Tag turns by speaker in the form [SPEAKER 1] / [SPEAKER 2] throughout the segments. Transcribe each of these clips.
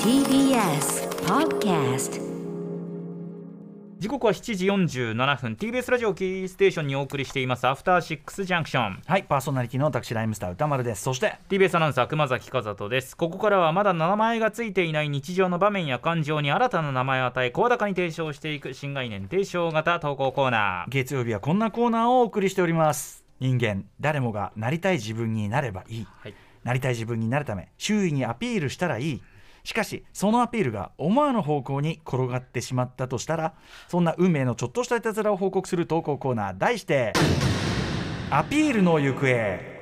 [SPEAKER 1] TBS Podcast
[SPEAKER 2] 時刻は7時47分 TBS ラジオキーステーションにお送りしていますアフターシックスジャンクション
[SPEAKER 3] はい、パーソナリティの私、ライムスター歌丸です。そして、
[SPEAKER 2] TBS アナウンサー熊崎和人ですここからはまだ名前がついていない日常の場面や感情に新たな名前を与え声高に提唱していく新概念提唱型投稿コーナー
[SPEAKER 3] 月曜日はこんなコーナーをお送りしております。人間、誰もがなりたい自分になればいい。
[SPEAKER 2] はい
[SPEAKER 3] なりたい自分になるため、周囲にアピールしたらいい。しかし、そのアピールが思わぬ方向に転がってしまったとしたら、そんな運命のちょっとしたいたずらを報告する投稿コーナー、題して、アピールの行方。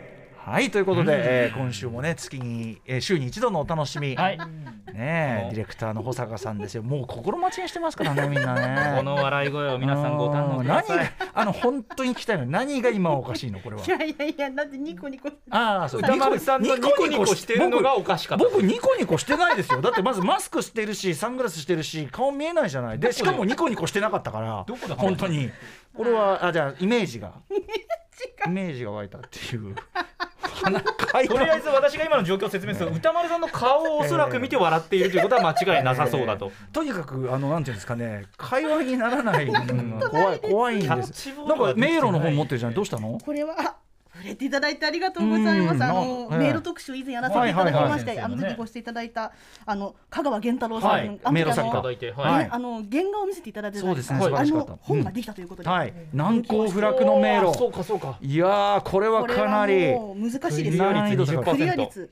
[SPEAKER 3] はいということで、えー今週もね月に、えー週に一度のお楽しみ、
[SPEAKER 2] はい
[SPEAKER 3] ね
[SPEAKER 2] も
[SPEAKER 3] え
[SPEAKER 2] う
[SPEAKER 3] ディレクターの保坂さんですよもう心待ちにしてますからねみんなね
[SPEAKER 2] この笑い声を皆さんご堪能くださ
[SPEAKER 3] 何が
[SPEAKER 2] い
[SPEAKER 3] あの本当に聞きたいの何が今おかしいのこれはい
[SPEAKER 4] やいやいや、だってニコニコ。
[SPEAKER 3] ああそう
[SPEAKER 2] 歌丸さんのニコニコしてるのがおかしかった
[SPEAKER 3] 僕僕ニコニコしてないですよだってまずマスクしてるしサングラスしてるし顔見えないじゃないでしかもニコニコしてなかったから
[SPEAKER 2] どこで
[SPEAKER 3] 本当にこれはあじゃあイメー ジがイメージが湧いたっていう鼻かい
[SPEAKER 2] とりあえず私が今の状況を説明すると歌丸さんの顔をおそらく見て笑っているということは間違いなさそうだと
[SPEAKER 3] とにかくあのなんていうんですかね会話になら ないのが怖い怖いんです
[SPEAKER 2] キャッチボール
[SPEAKER 3] なん
[SPEAKER 2] は
[SPEAKER 3] か
[SPEAKER 2] できてない
[SPEAKER 3] 迷路の本持ってるじゃんどうしたの
[SPEAKER 4] これは、あ 触れていただいてありがとうございま
[SPEAKER 3] うん
[SPEAKER 4] す。あの、
[SPEAKER 3] あええ
[SPEAKER 4] メール特集以前やらせていただきまして、
[SPEAKER 2] はいはいはい
[SPEAKER 4] あの時ごしていただいた。あの、香川源太郎さん、
[SPEAKER 3] はい
[SPEAKER 4] アン
[SPEAKER 3] メ
[SPEAKER 4] ミ
[SPEAKER 3] ール
[SPEAKER 4] カ
[SPEAKER 2] い
[SPEAKER 3] 作家
[SPEAKER 4] の
[SPEAKER 2] ただいて
[SPEAKER 3] は
[SPEAKER 2] はいい
[SPEAKER 4] あの原画を見せていただいて
[SPEAKER 3] そうですね
[SPEAKER 4] あの
[SPEAKER 3] 素晴らしかった
[SPEAKER 4] 本ができたということで、
[SPEAKER 3] はい難攻不落の迷
[SPEAKER 2] そ
[SPEAKER 3] 路
[SPEAKER 2] うかそうか
[SPEAKER 3] いやーこれは
[SPEAKER 4] これ
[SPEAKER 3] か
[SPEAKER 4] は
[SPEAKER 3] なり
[SPEAKER 4] もう難しいです
[SPEAKER 3] クリア率20%
[SPEAKER 4] クリア率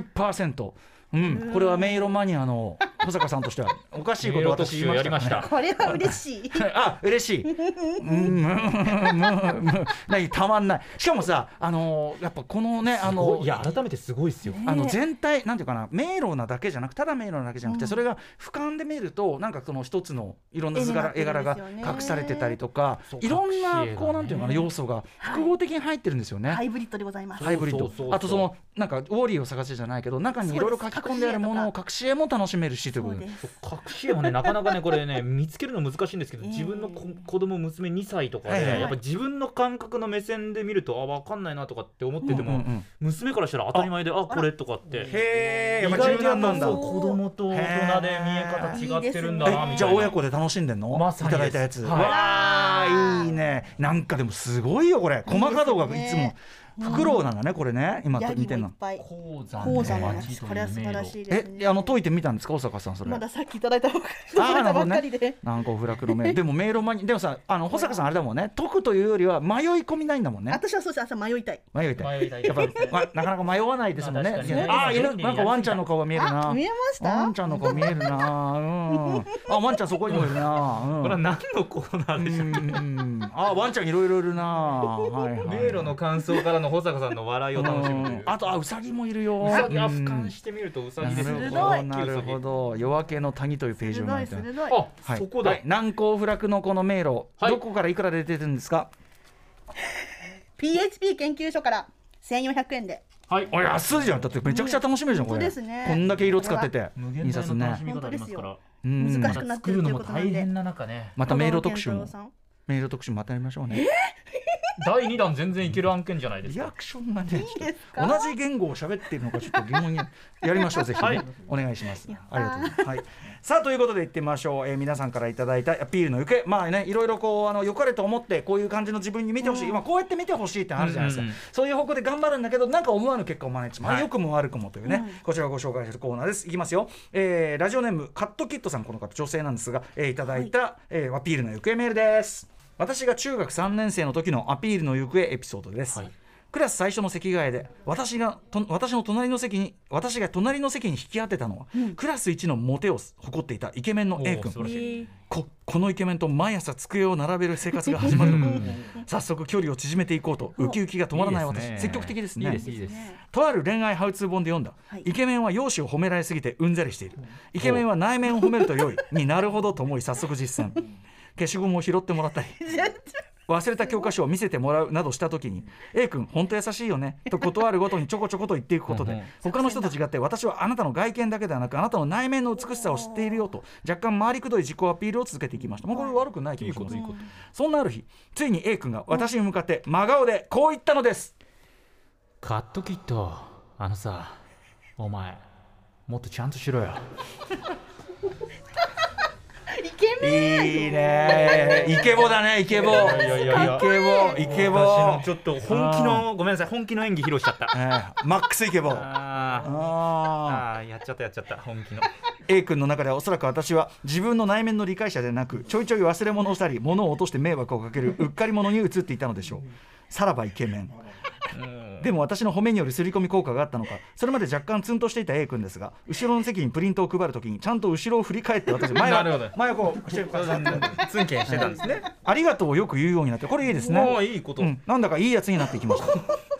[SPEAKER 3] 20%うん
[SPEAKER 4] うん
[SPEAKER 3] これは迷路マニアの小坂さんとしては おかしいことを私言いました から ね
[SPEAKER 4] これは嬉しい
[SPEAKER 3] あ嬉 しい、うんうんうんうん何たまんないしかもさあのーやっぱこのねあ
[SPEAKER 2] あ
[SPEAKER 3] の
[SPEAKER 2] のいや改めてすごいですよ
[SPEAKER 3] あの
[SPEAKER 4] ね
[SPEAKER 3] 全体なんていうかな迷路なだけじゃなくただ迷路なだけじゃなくて、
[SPEAKER 4] うん
[SPEAKER 3] それが俯瞰で見るとなんかその一つのいろんな図柄絵
[SPEAKER 4] 絵にな
[SPEAKER 3] 柄
[SPEAKER 4] ってる
[SPEAKER 3] が
[SPEAKER 4] んですよね
[SPEAKER 3] 隠されてたりとか
[SPEAKER 2] そう
[SPEAKER 3] いろんな
[SPEAKER 2] 隠し絵がね
[SPEAKER 3] こうなんていうのかな要素が複合的に入ってるんですよね。
[SPEAKER 4] ハイブリッドでございます
[SPEAKER 3] ハイブリッ
[SPEAKER 2] そ
[SPEAKER 3] ド
[SPEAKER 2] うそうそう
[SPEAKER 3] あとそのなんかウォーリーを探してじゃないけど中にいろいろ書き込んであるものを隠し絵も楽しめるしという
[SPEAKER 4] そ
[SPEAKER 3] こ
[SPEAKER 4] う
[SPEAKER 3] とで
[SPEAKER 4] です
[SPEAKER 2] 隠し絵 はねなかなかねこれね見つけるの難しいんですけど
[SPEAKER 4] ええ
[SPEAKER 2] 自分の子子供娘2歳とか
[SPEAKER 3] はいはいは
[SPEAKER 2] で
[SPEAKER 3] い
[SPEAKER 2] やっぱ自分の感覚の目線で見るとあ分かんないなとかって思ってて
[SPEAKER 3] うんう
[SPEAKER 2] も
[SPEAKER 3] んうん
[SPEAKER 2] 娘からしたら当たり前であこれとかって
[SPEAKER 3] へえ
[SPEAKER 2] 意
[SPEAKER 3] やっぱ
[SPEAKER 2] 外
[SPEAKER 3] 柔
[SPEAKER 2] とやっぱ
[SPEAKER 3] 軟な
[SPEAKER 2] そ
[SPEAKER 3] んだ
[SPEAKER 2] う子供と大人で見え方違ってるんだなみたい
[SPEAKER 3] え
[SPEAKER 2] な
[SPEAKER 3] じゃあ親子で楽しんでんの、
[SPEAKER 2] ま
[SPEAKER 3] い
[SPEAKER 2] さにで
[SPEAKER 3] た
[SPEAKER 2] す
[SPEAKER 3] だいたやつ、
[SPEAKER 2] はい
[SPEAKER 3] わあいいねなんかでもすごいよこれ細か度が
[SPEAKER 4] いい
[SPEAKER 3] い
[SPEAKER 4] で
[SPEAKER 3] つ
[SPEAKER 4] す
[SPEAKER 3] も
[SPEAKER 4] ね
[SPEAKER 3] フクロウなんだねこれね今
[SPEAKER 4] ヤ
[SPEAKER 3] 見
[SPEAKER 4] ギ
[SPEAKER 3] て
[SPEAKER 4] も
[SPEAKER 3] ん
[SPEAKER 4] いっ
[SPEAKER 3] の
[SPEAKER 4] ぱい
[SPEAKER 2] 鉱山
[SPEAKER 4] 鉱
[SPEAKER 2] の
[SPEAKER 4] 山の
[SPEAKER 2] 街
[SPEAKER 4] 話
[SPEAKER 2] という
[SPEAKER 4] これは素晴ら
[SPEAKER 2] 迷
[SPEAKER 4] しいですね
[SPEAKER 3] えあの解いてみたんですか大坂さんそれ
[SPEAKER 4] まださっきいただいたばっかり
[SPEAKER 3] あー
[SPEAKER 4] た
[SPEAKER 3] なる
[SPEAKER 4] ば
[SPEAKER 3] ほど
[SPEAKER 4] っ
[SPEAKER 3] ね
[SPEAKER 4] かりで
[SPEAKER 3] なんかおふらくの メールでも迷路マニでもさあの保坂さんあれだもんね解くというよりは迷い込みないんだもんね
[SPEAKER 4] 私はそうです朝迷いたい
[SPEAKER 3] 迷いたい
[SPEAKER 2] 迷いたい
[SPEAKER 3] やっぱわなかなか迷わないですもんね
[SPEAKER 2] まあ確かにね
[SPEAKER 3] ああ犬なんかワンちゃんの顔が見える
[SPEAKER 4] あ
[SPEAKER 3] な
[SPEAKER 4] 見えまし
[SPEAKER 3] ワ
[SPEAKER 4] た
[SPEAKER 3] ンちゃんの顔見えるなうんあワンちゃんそこにもいるなう
[SPEAKER 2] 路こ
[SPEAKER 3] ん
[SPEAKER 2] れは何のコーナ
[SPEAKER 3] う
[SPEAKER 2] ーでしょうん
[SPEAKER 3] あワンちゃんいろいろいるなはいはい
[SPEAKER 2] 迷路の感想からの保坂さんの笑いを楽しむという
[SPEAKER 3] うんあとあウサギもいるよ
[SPEAKER 2] うさぎあ
[SPEAKER 3] うん
[SPEAKER 2] 俯瞰してみるとうさぎですよ
[SPEAKER 3] なるほど
[SPEAKER 2] こ
[SPEAKER 3] な
[SPEAKER 2] の大きい
[SPEAKER 3] る
[SPEAKER 2] うさぎ
[SPEAKER 3] ほど夜明けの谷というページを
[SPEAKER 4] 鋭
[SPEAKER 3] 巻
[SPEAKER 4] い
[SPEAKER 3] いてある
[SPEAKER 4] 鋭い
[SPEAKER 2] あ、
[SPEAKER 3] はい
[SPEAKER 2] そこだ、
[SPEAKER 3] はい難攻不落のこの迷路
[SPEAKER 2] はい
[SPEAKER 3] どこからいくらで出てるんですか
[SPEAKER 4] PHP 研究所から1400円で
[SPEAKER 2] はい、
[SPEAKER 3] あ安いじゃんだってめちゃくちゃ楽しめるじゃんこ
[SPEAKER 4] 本当
[SPEAKER 3] れ
[SPEAKER 4] ですね
[SPEAKER 3] こんだけ色使ってて
[SPEAKER 2] 無限
[SPEAKER 3] 印
[SPEAKER 2] 大
[SPEAKER 3] 刷
[SPEAKER 2] の楽
[SPEAKER 3] ね
[SPEAKER 2] しみ方ありますから
[SPEAKER 3] うん
[SPEAKER 4] 難しくなってるということなんで
[SPEAKER 2] 作るのも大変な中ね
[SPEAKER 3] またメール特集も
[SPEAKER 4] 香川健太郎さん
[SPEAKER 3] メール特集またやりましょうね
[SPEAKER 2] 第2弾全然いける案件じゃないです
[SPEAKER 3] リ
[SPEAKER 2] か
[SPEAKER 3] アクションがね、
[SPEAKER 4] いいです
[SPEAKER 3] 同
[SPEAKER 4] か
[SPEAKER 3] じ言語を喋っているのかちょっと疑問にやりましょう ぜひね、
[SPEAKER 2] はい
[SPEAKER 3] お願いします
[SPEAKER 4] やっ。
[SPEAKER 3] あ
[SPEAKER 4] た
[SPEAKER 3] り
[SPEAKER 4] ー
[SPEAKER 3] がとうございます。はい、さあということで行ってみましょう。えー皆さんからいただいたアピールの行方、まあねいろいろこうあの良かれと思ってこういう感じの自分に見てほしい、今こうやって見てほしいってあるじゃないですか。
[SPEAKER 2] うんうんうん
[SPEAKER 3] そういう方向で頑張るんだけどなんか思わぬ結果を招いてしまう、
[SPEAKER 2] はい
[SPEAKER 3] 良くも悪くもというね、
[SPEAKER 4] うん
[SPEAKER 3] こちらをご紹介するコーナーです。いきますよ。えーラジオネームカットキットさんこの方女性なんですが、えーいただいた、えーアピールの行方メールです。私が中学3年生の時のアピールの行方エピソードです。
[SPEAKER 2] はい
[SPEAKER 3] クラス最初の席替えで私がと私の隣の席に私が隣の席に引き当てたのは、クラス一のモテを誇っていたイケメンの A
[SPEAKER 2] おー
[SPEAKER 3] 君
[SPEAKER 2] 素晴らしい、
[SPEAKER 3] ここのイケメンと毎朝机を並べる生活が始まるのか早速距離を縮めていこうとウキウキが止まらない私
[SPEAKER 2] いいですね
[SPEAKER 3] 積極的ですね
[SPEAKER 2] いいですいいです
[SPEAKER 4] ね
[SPEAKER 3] とある恋愛ハウツー本で読んだ、
[SPEAKER 4] はい
[SPEAKER 3] イケメンは容姿を褒められすぎてうんざりしているイケメンは内面を褒めると良いになるほどと思い早速実践消しゴムを拾ってもら ったり忘れた教科書を見せてもらうなどした時に A 君本当優しいよねと断るごとにちょこちょこと言っていくこと
[SPEAKER 2] うんうん
[SPEAKER 3] で他の人と違って私はあなたの外見だけではなくあなたの内面の美しさを知っているよと若干回りくどい自己アピールを続けていきましたもうこれ悪くない気もしますそんなある日ついに A 君が私に向かって真顔でこう言ったのです
[SPEAKER 2] カットキットあのさお前もっとちゃんとしろよ
[SPEAKER 4] イケメン
[SPEAKER 3] いいねイケボだねイケボイ
[SPEAKER 2] いやいやいや
[SPEAKER 3] ケボイケボ
[SPEAKER 2] 私のちょっと本気のごめんなさい本気の演技披露しちゃった
[SPEAKER 3] えーマックスイケボあ
[SPEAKER 2] あー
[SPEAKER 3] あ
[SPEAKER 2] あーやっちゃったやっちゃった本気の
[SPEAKER 3] A 君の中ではおそらく私は自分の内面の理解者でなくちょいちょい忘れ物をしたり物を落として迷惑をか けるうっかり者に移っていたのでしょうさらばイケメン
[SPEAKER 2] うん
[SPEAKER 3] でも私の褒めによる刷り込み効果があったのかそれまで若干ツンとしていた A 君ですが後ろの席にプリントを配るときにちゃんと後ろを振り返って私 前
[SPEAKER 2] なるほど
[SPEAKER 3] は前はこうして
[SPEAKER 2] ツンケンしてたんですね
[SPEAKER 3] ありがとうをよく言うようになってこれいいですね
[SPEAKER 2] もういいこと、
[SPEAKER 3] うん、なんだかいいやつになってき ました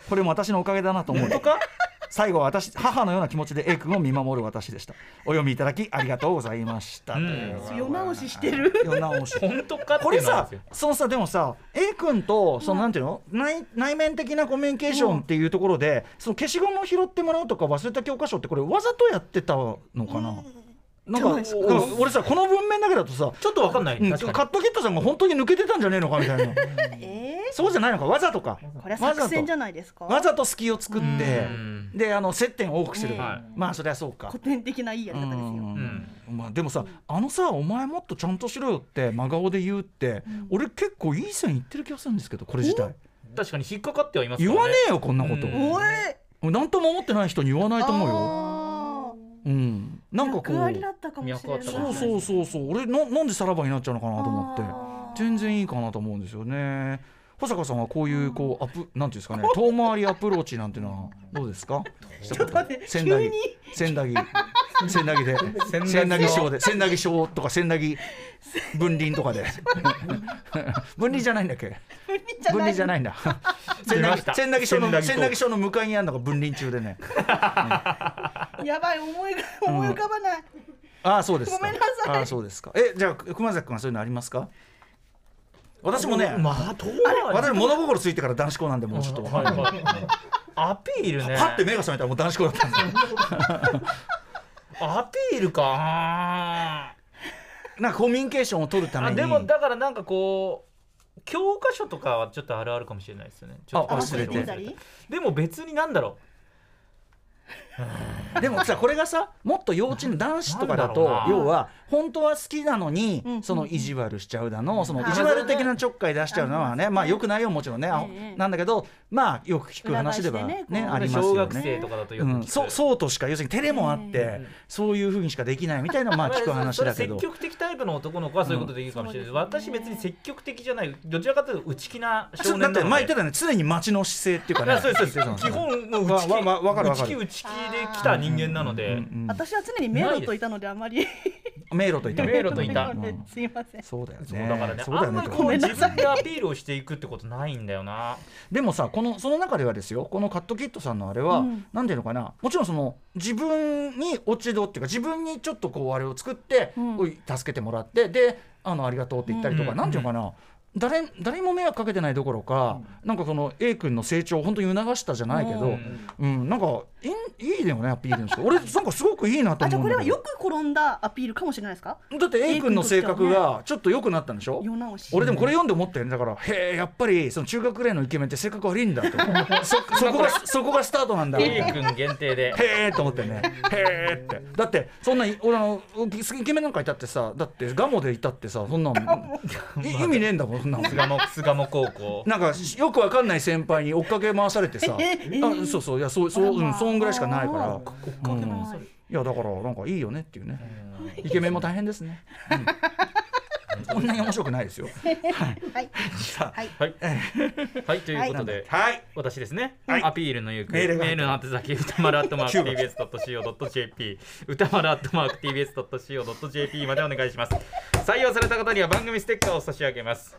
[SPEAKER 3] これも私のおかげだなと思うとか最後は私母のような気持ちで A 君を見守る私でしたお読みいただきありがとうございました、
[SPEAKER 2] うん
[SPEAKER 4] 世直ししてる
[SPEAKER 3] 世直し
[SPEAKER 2] 本当かって
[SPEAKER 3] こ
[SPEAKER 2] い
[SPEAKER 3] れ
[SPEAKER 2] うのはあ
[SPEAKER 3] さ
[SPEAKER 2] るんですよ
[SPEAKER 3] そのさでもさ A 君とそのなんていうの、内内面的なコミュニケーションっていうところで、その消しゴムを拾ってもらうとか忘れた教科書ってこれわざとやってたのかな、なんか
[SPEAKER 4] そうです
[SPEAKER 3] だから俺さこの文面だけだとさ、
[SPEAKER 2] ちょっとわかんない、
[SPEAKER 3] うん、カ
[SPEAKER 2] 確か
[SPEAKER 3] ットキットさんが本当に抜けてたんじゃねえのかみたいな
[SPEAKER 4] え
[SPEAKER 3] そうじゃないのかわざとか
[SPEAKER 4] ー、これは作戦じゃないですか
[SPEAKER 3] わざと隙を作っ
[SPEAKER 2] に
[SPEAKER 3] て
[SPEAKER 2] うん
[SPEAKER 3] であの接点を多くする、
[SPEAKER 2] はい
[SPEAKER 3] まあそりゃそうか
[SPEAKER 4] 古典的ないいやり方です
[SPEAKER 3] う
[SPEAKER 4] よ
[SPEAKER 3] ん
[SPEAKER 2] ん
[SPEAKER 3] まあ、でもさあのさ「お前もっとちゃんとしろよ」って真顔で言うって、俺結構いい線いってる気がするんですけどこれ自体
[SPEAKER 2] 確かに引っかかってはいますから
[SPEAKER 3] 言
[SPEAKER 2] ね
[SPEAKER 3] わねえよこんなこと、
[SPEAKER 2] うん
[SPEAKER 4] おい
[SPEAKER 3] 何とも思ってない人に言わないと思うよ、
[SPEAKER 4] あ
[SPEAKER 3] うん、
[SPEAKER 4] ー
[SPEAKER 3] なんかこ
[SPEAKER 4] 役割だ
[SPEAKER 3] う
[SPEAKER 4] ったかもしれない
[SPEAKER 2] 役割だったか
[SPEAKER 3] そ
[SPEAKER 2] も
[SPEAKER 3] う
[SPEAKER 2] しれない
[SPEAKER 3] そうそうそう俺ななんでさらばになっちゃうのかなと思って
[SPEAKER 4] あー
[SPEAKER 3] 全然いいかなと思うんですよね保坂さんはこういうこうアップなんていうんですかね 遠回りアプローチなんていうのはどうですか
[SPEAKER 4] ちょっと待って急
[SPEAKER 3] 千駄木
[SPEAKER 4] に
[SPEAKER 3] 千駄木千駄木で
[SPEAKER 2] 千駄木の
[SPEAKER 3] 千駄木賞で千駄木賞とか千駄木分輪とかで分輪じゃないんだっけ分輪じゃないんだ千駄
[SPEAKER 2] 出ました
[SPEAKER 3] 木千駄木賞
[SPEAKER 2] 千駄
[SPEAKER 3] の
[SPEAKER 2] 木と
[SPEAKER 3] 千駄木賞の向かいにあるのが分輪中でね
[SPEAKER 4] やばい思いが思い浮かばない、
[SPEAKER 3] ああそうですか
[SPEAKER 4] ごめんなさい
[SPEAKER 3] ああそうですかえじゃあ熊崎君はそういうのありますか私もね
[SPEAKER 2] まあどう
[SPEAKER 3] 私物心ついてから男子校なんでもうちょっとわかんない
[SPEAKER 2] はいはいアピールね
[SPEAKER 3] パッて目が覚めたらもう男子校だったんですよ
[SPEAKER 2] アピールか
[SPEAKER 3] なんかコミュニケーションを取るため
[SPEAKER 2] あ
[SPEAKER 3] に
[SPEAKER 2] でもだからなんかこう教科書とかはちょっとあるあるかもしれないですよねちょっと
[SPEAKER 3] あ
[SPEAKER 4] 合わ
[SPEAKER 3] 忘れ
[SPEAKER 4] せ
[SPEAKER 3] て
[SPEAKER 4] てみたり
[SPEAKER 2] でも別になんだろ
[SPEAKER 3] でもさこれがさもっと幼稚な男子とかだ
[SPEAKER 2] なん
[SPEAKER 3] と
[SPEAKER 2] だろうな
[SPEAKER 3] 要は本当は好きなのに
[SPEAKER 4] うん
[SPEAKER 3] その意地悪しちゃうだのその
[SPEAKER 4] はい
[SPEAKER 3] 意地悪的なちょっかい出しちゃうのはねまあよくないよもちろんねあ
[SPEAKER 4] ええ
[SPEAKER 3] なんだけどまあよく聞く話では
[SPEAKER 4] 裏返してね
[SPEAKER 3] ね
[SPEAKER 4] こう
[SPEAKER 2] う
[SPEAKER 3] あります
[SPEAKER 2] 小
[SPEAKER 3] よ
[SPEAKER 2] 学
[SPEAKER 3] ね。
[SPEAKER 2] 生とかだとよ
[SPEAKER 3] う
[SPEAKER 2] く聞く、
[SPEAKER 3] ん、そうそうとしか要するに照れもあってそういうふうにしかできないみたい なまあ聞く話だけど
[SPEAKER 2] それ積極的タイプの男の子はそういうことできるかもしれない、私別に積極的じゃないどちらかというと内気な少
[SPEAKER 3] そ
[SPEAKER 2] 年
[SPEAKER 3] う
[SPEAKER 2] な
[SPEAKER 3] だっ
[SPEAKER 2] の
[SPEAKER 3] て
[SPEAKER 2] で
[SPEAKER 3] 前言ってたね常に待ちの姿勢っていうか
[SPEAKER 2] いや
[SPEAKER 3] ね
[SPEAKER 2] そうですそうで
[SPEAKER 3] 言って
[SPEAKER 2] す
[SPEAKER 3] た
[SPEAKER 2] 基
[SPEAKER 3] の
[SPEAKER 2] 本もう内気
[SPEAKER 3] わわわかるわか
[SPEAKER 2] 内
[SPEAKER 3] る
[SPEAKER 2] 気内気で来た人間なので、
[SPEAKER 3] うん
[SPEAKER 4] 私は常に迷路といたのであまり
[SPEAKER 3] 迷路と言った
[SPEAKER 2] 迷路とい た
[SPEAKER 3] う
[SPEAKER 4] ので
[SPEAKER 3] ん
[SPEAKER 4] すいません
[SPEAKER 3] そうだよね
[SPEAKER 2] そうだからね
[SPEAKER 3] そうだ
[SPEAKER 2] あ
[SPEAKER 3] よ
[SPEAKER 2] ん
[SPEAKER 3] ね
[SPEAKER 2] まり
[SPEAKER 3] とか
[SPEAKER 2] こう
[SPEAKER 4] ごめんな
[SPEAKER 2] 自
[SPEAKER 4] さい
[SPEAKER 2] 分でアピールをしていくってことないんだよな
[SPEAKER 3] でもさこのその中ではですよこのカットキットさんのあれは、
[SPEAKER 4] うん
[SPEAKER 3] なんていうのかなもちろんその自分に落ち度っていうか自分にちょっとこうあれを作って、
[SPEAKER 4] うん
[SPEAKER 3] おい助けてもらってであのありがとうって言ったりとか、
[SPEAKER 2] うん
[SPEAKER 3] なんていうのかな、誰誰も迷惑かけてないどころか、なんかその A 君の成長を本当に促したじゃないけど、う
[SPEAKER 4] うん
[SPEAKER 2] ん
[SPEAKER 3] なんかいいいいだよねアピールの人俺なんかすごくいいなと
[SPEAKER 4] あじ
[SPEAKER 3] 思
[SPEAKER 4] ゃ
[SPEAKER 3] うん
[SPEAKER 4] あこ
[SPEAKER 3] だけ
[SPEAKER 4] れ
[SPEAKER 3] ど
[SPEAKER 4] はよく転んだアピールかもしれないですか
[SPEAKER 3] だって A 君の性格
[SPEAKER 4] A 君として
[SPEAKER 3] がちょっと良くなったんでしょ
[SPEAKER 4] 世直し
[SPEAKER 3] 俺でもこれ読んで思ったよねだからへえやっぱりその中学ぐらいのイケメンって性格悪いんだと そそこがそこがスタートなんだ
[SPEAKER 2] A
[SPEAKER 3] へ
[SPEAKER 2] 君限定で
[SPEAKER 3] えと思ってねへえってだってそんな俺あのイケメンなんかいたってさだってガモでいたってさそん なのい意味ねえんだもんそんなの
[SPEAKER 2] 巣鴨巣鴨高校
[SPEAKER 3] なんかよくわかんない先輩に追っかけ回されてさ
[SPEAKER 4] ええ
[SPEAKER 3] あそうそういやそうそう
[SPEAKER 4] あら
[SPEAKER 3] う
[SPEAKER 4] ま
[SPEAKER 3] ん
[SPEAKER 4] あ
[SPEAKER 3] そんぐらいしかないから
[SPEAKER 4] 追っか
[SPEAKER 3] うん
[SPEAKER 4] 回
[SPEAKER 3] い
[SPEAKER 4] される
[SPEAKER 3] やだからなんかいいよねっていうねイケメンも大変ですね うんこんなに面白くないですよ
[SPEAKER 4] はい
[SPEAKER 3] さあ
[SPEAKER 4] はい
[SPEAKER 2] はい、はい、ということで、
[SPEAKER 3] はい
[SPEAKER 2] 私ですね、
[SPEAKER 3] はい
[SPEAKER 2] アピールの行く
[SPEAKER 3] メ
[SPEAKER 2] メ
[SPEAKER 3] ー
[SPEAKER 2] ー
[SPEAKER 3] ル
[SPEAKER 2] ル
[SPEAKER 3] が
[SPEAKER 2] の宛先歌丸アットマーク TBS.CO.JP 歌丸アットマーク TBS.CO.JP までお願いします採用された方には番組ステッカーを差し上げます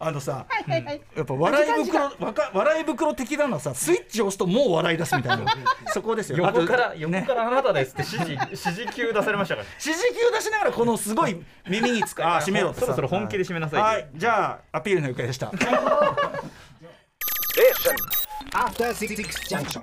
[SPEAKER 3] あのさ
[SPEAKER 4] はいはいはい
[SPEAKER 3] やっぱ笑い
[SPEAKER 4] 時間
[SPEAKER 3] 袋わか笑い袋的なのはさスイッチ押すともう笑い出すみたいな そこですよあ
[SPEAKER 2] 横
[SPEAKER 3] と
[SPEAKER 2] から
[SPEAKER 3] ね
[SPEAKER 2] 横からあなたですって 指示指示級出されましたから
[SPEAKER 3] 指示球出しながらこのすごい耳につくあー締めろってさ
[SPEAKER 2] そろそろ本気で締めなさい
[SPEAKER 3] はいじゃあアピールの行方でした
[SPEAKER 5] After Six Junction.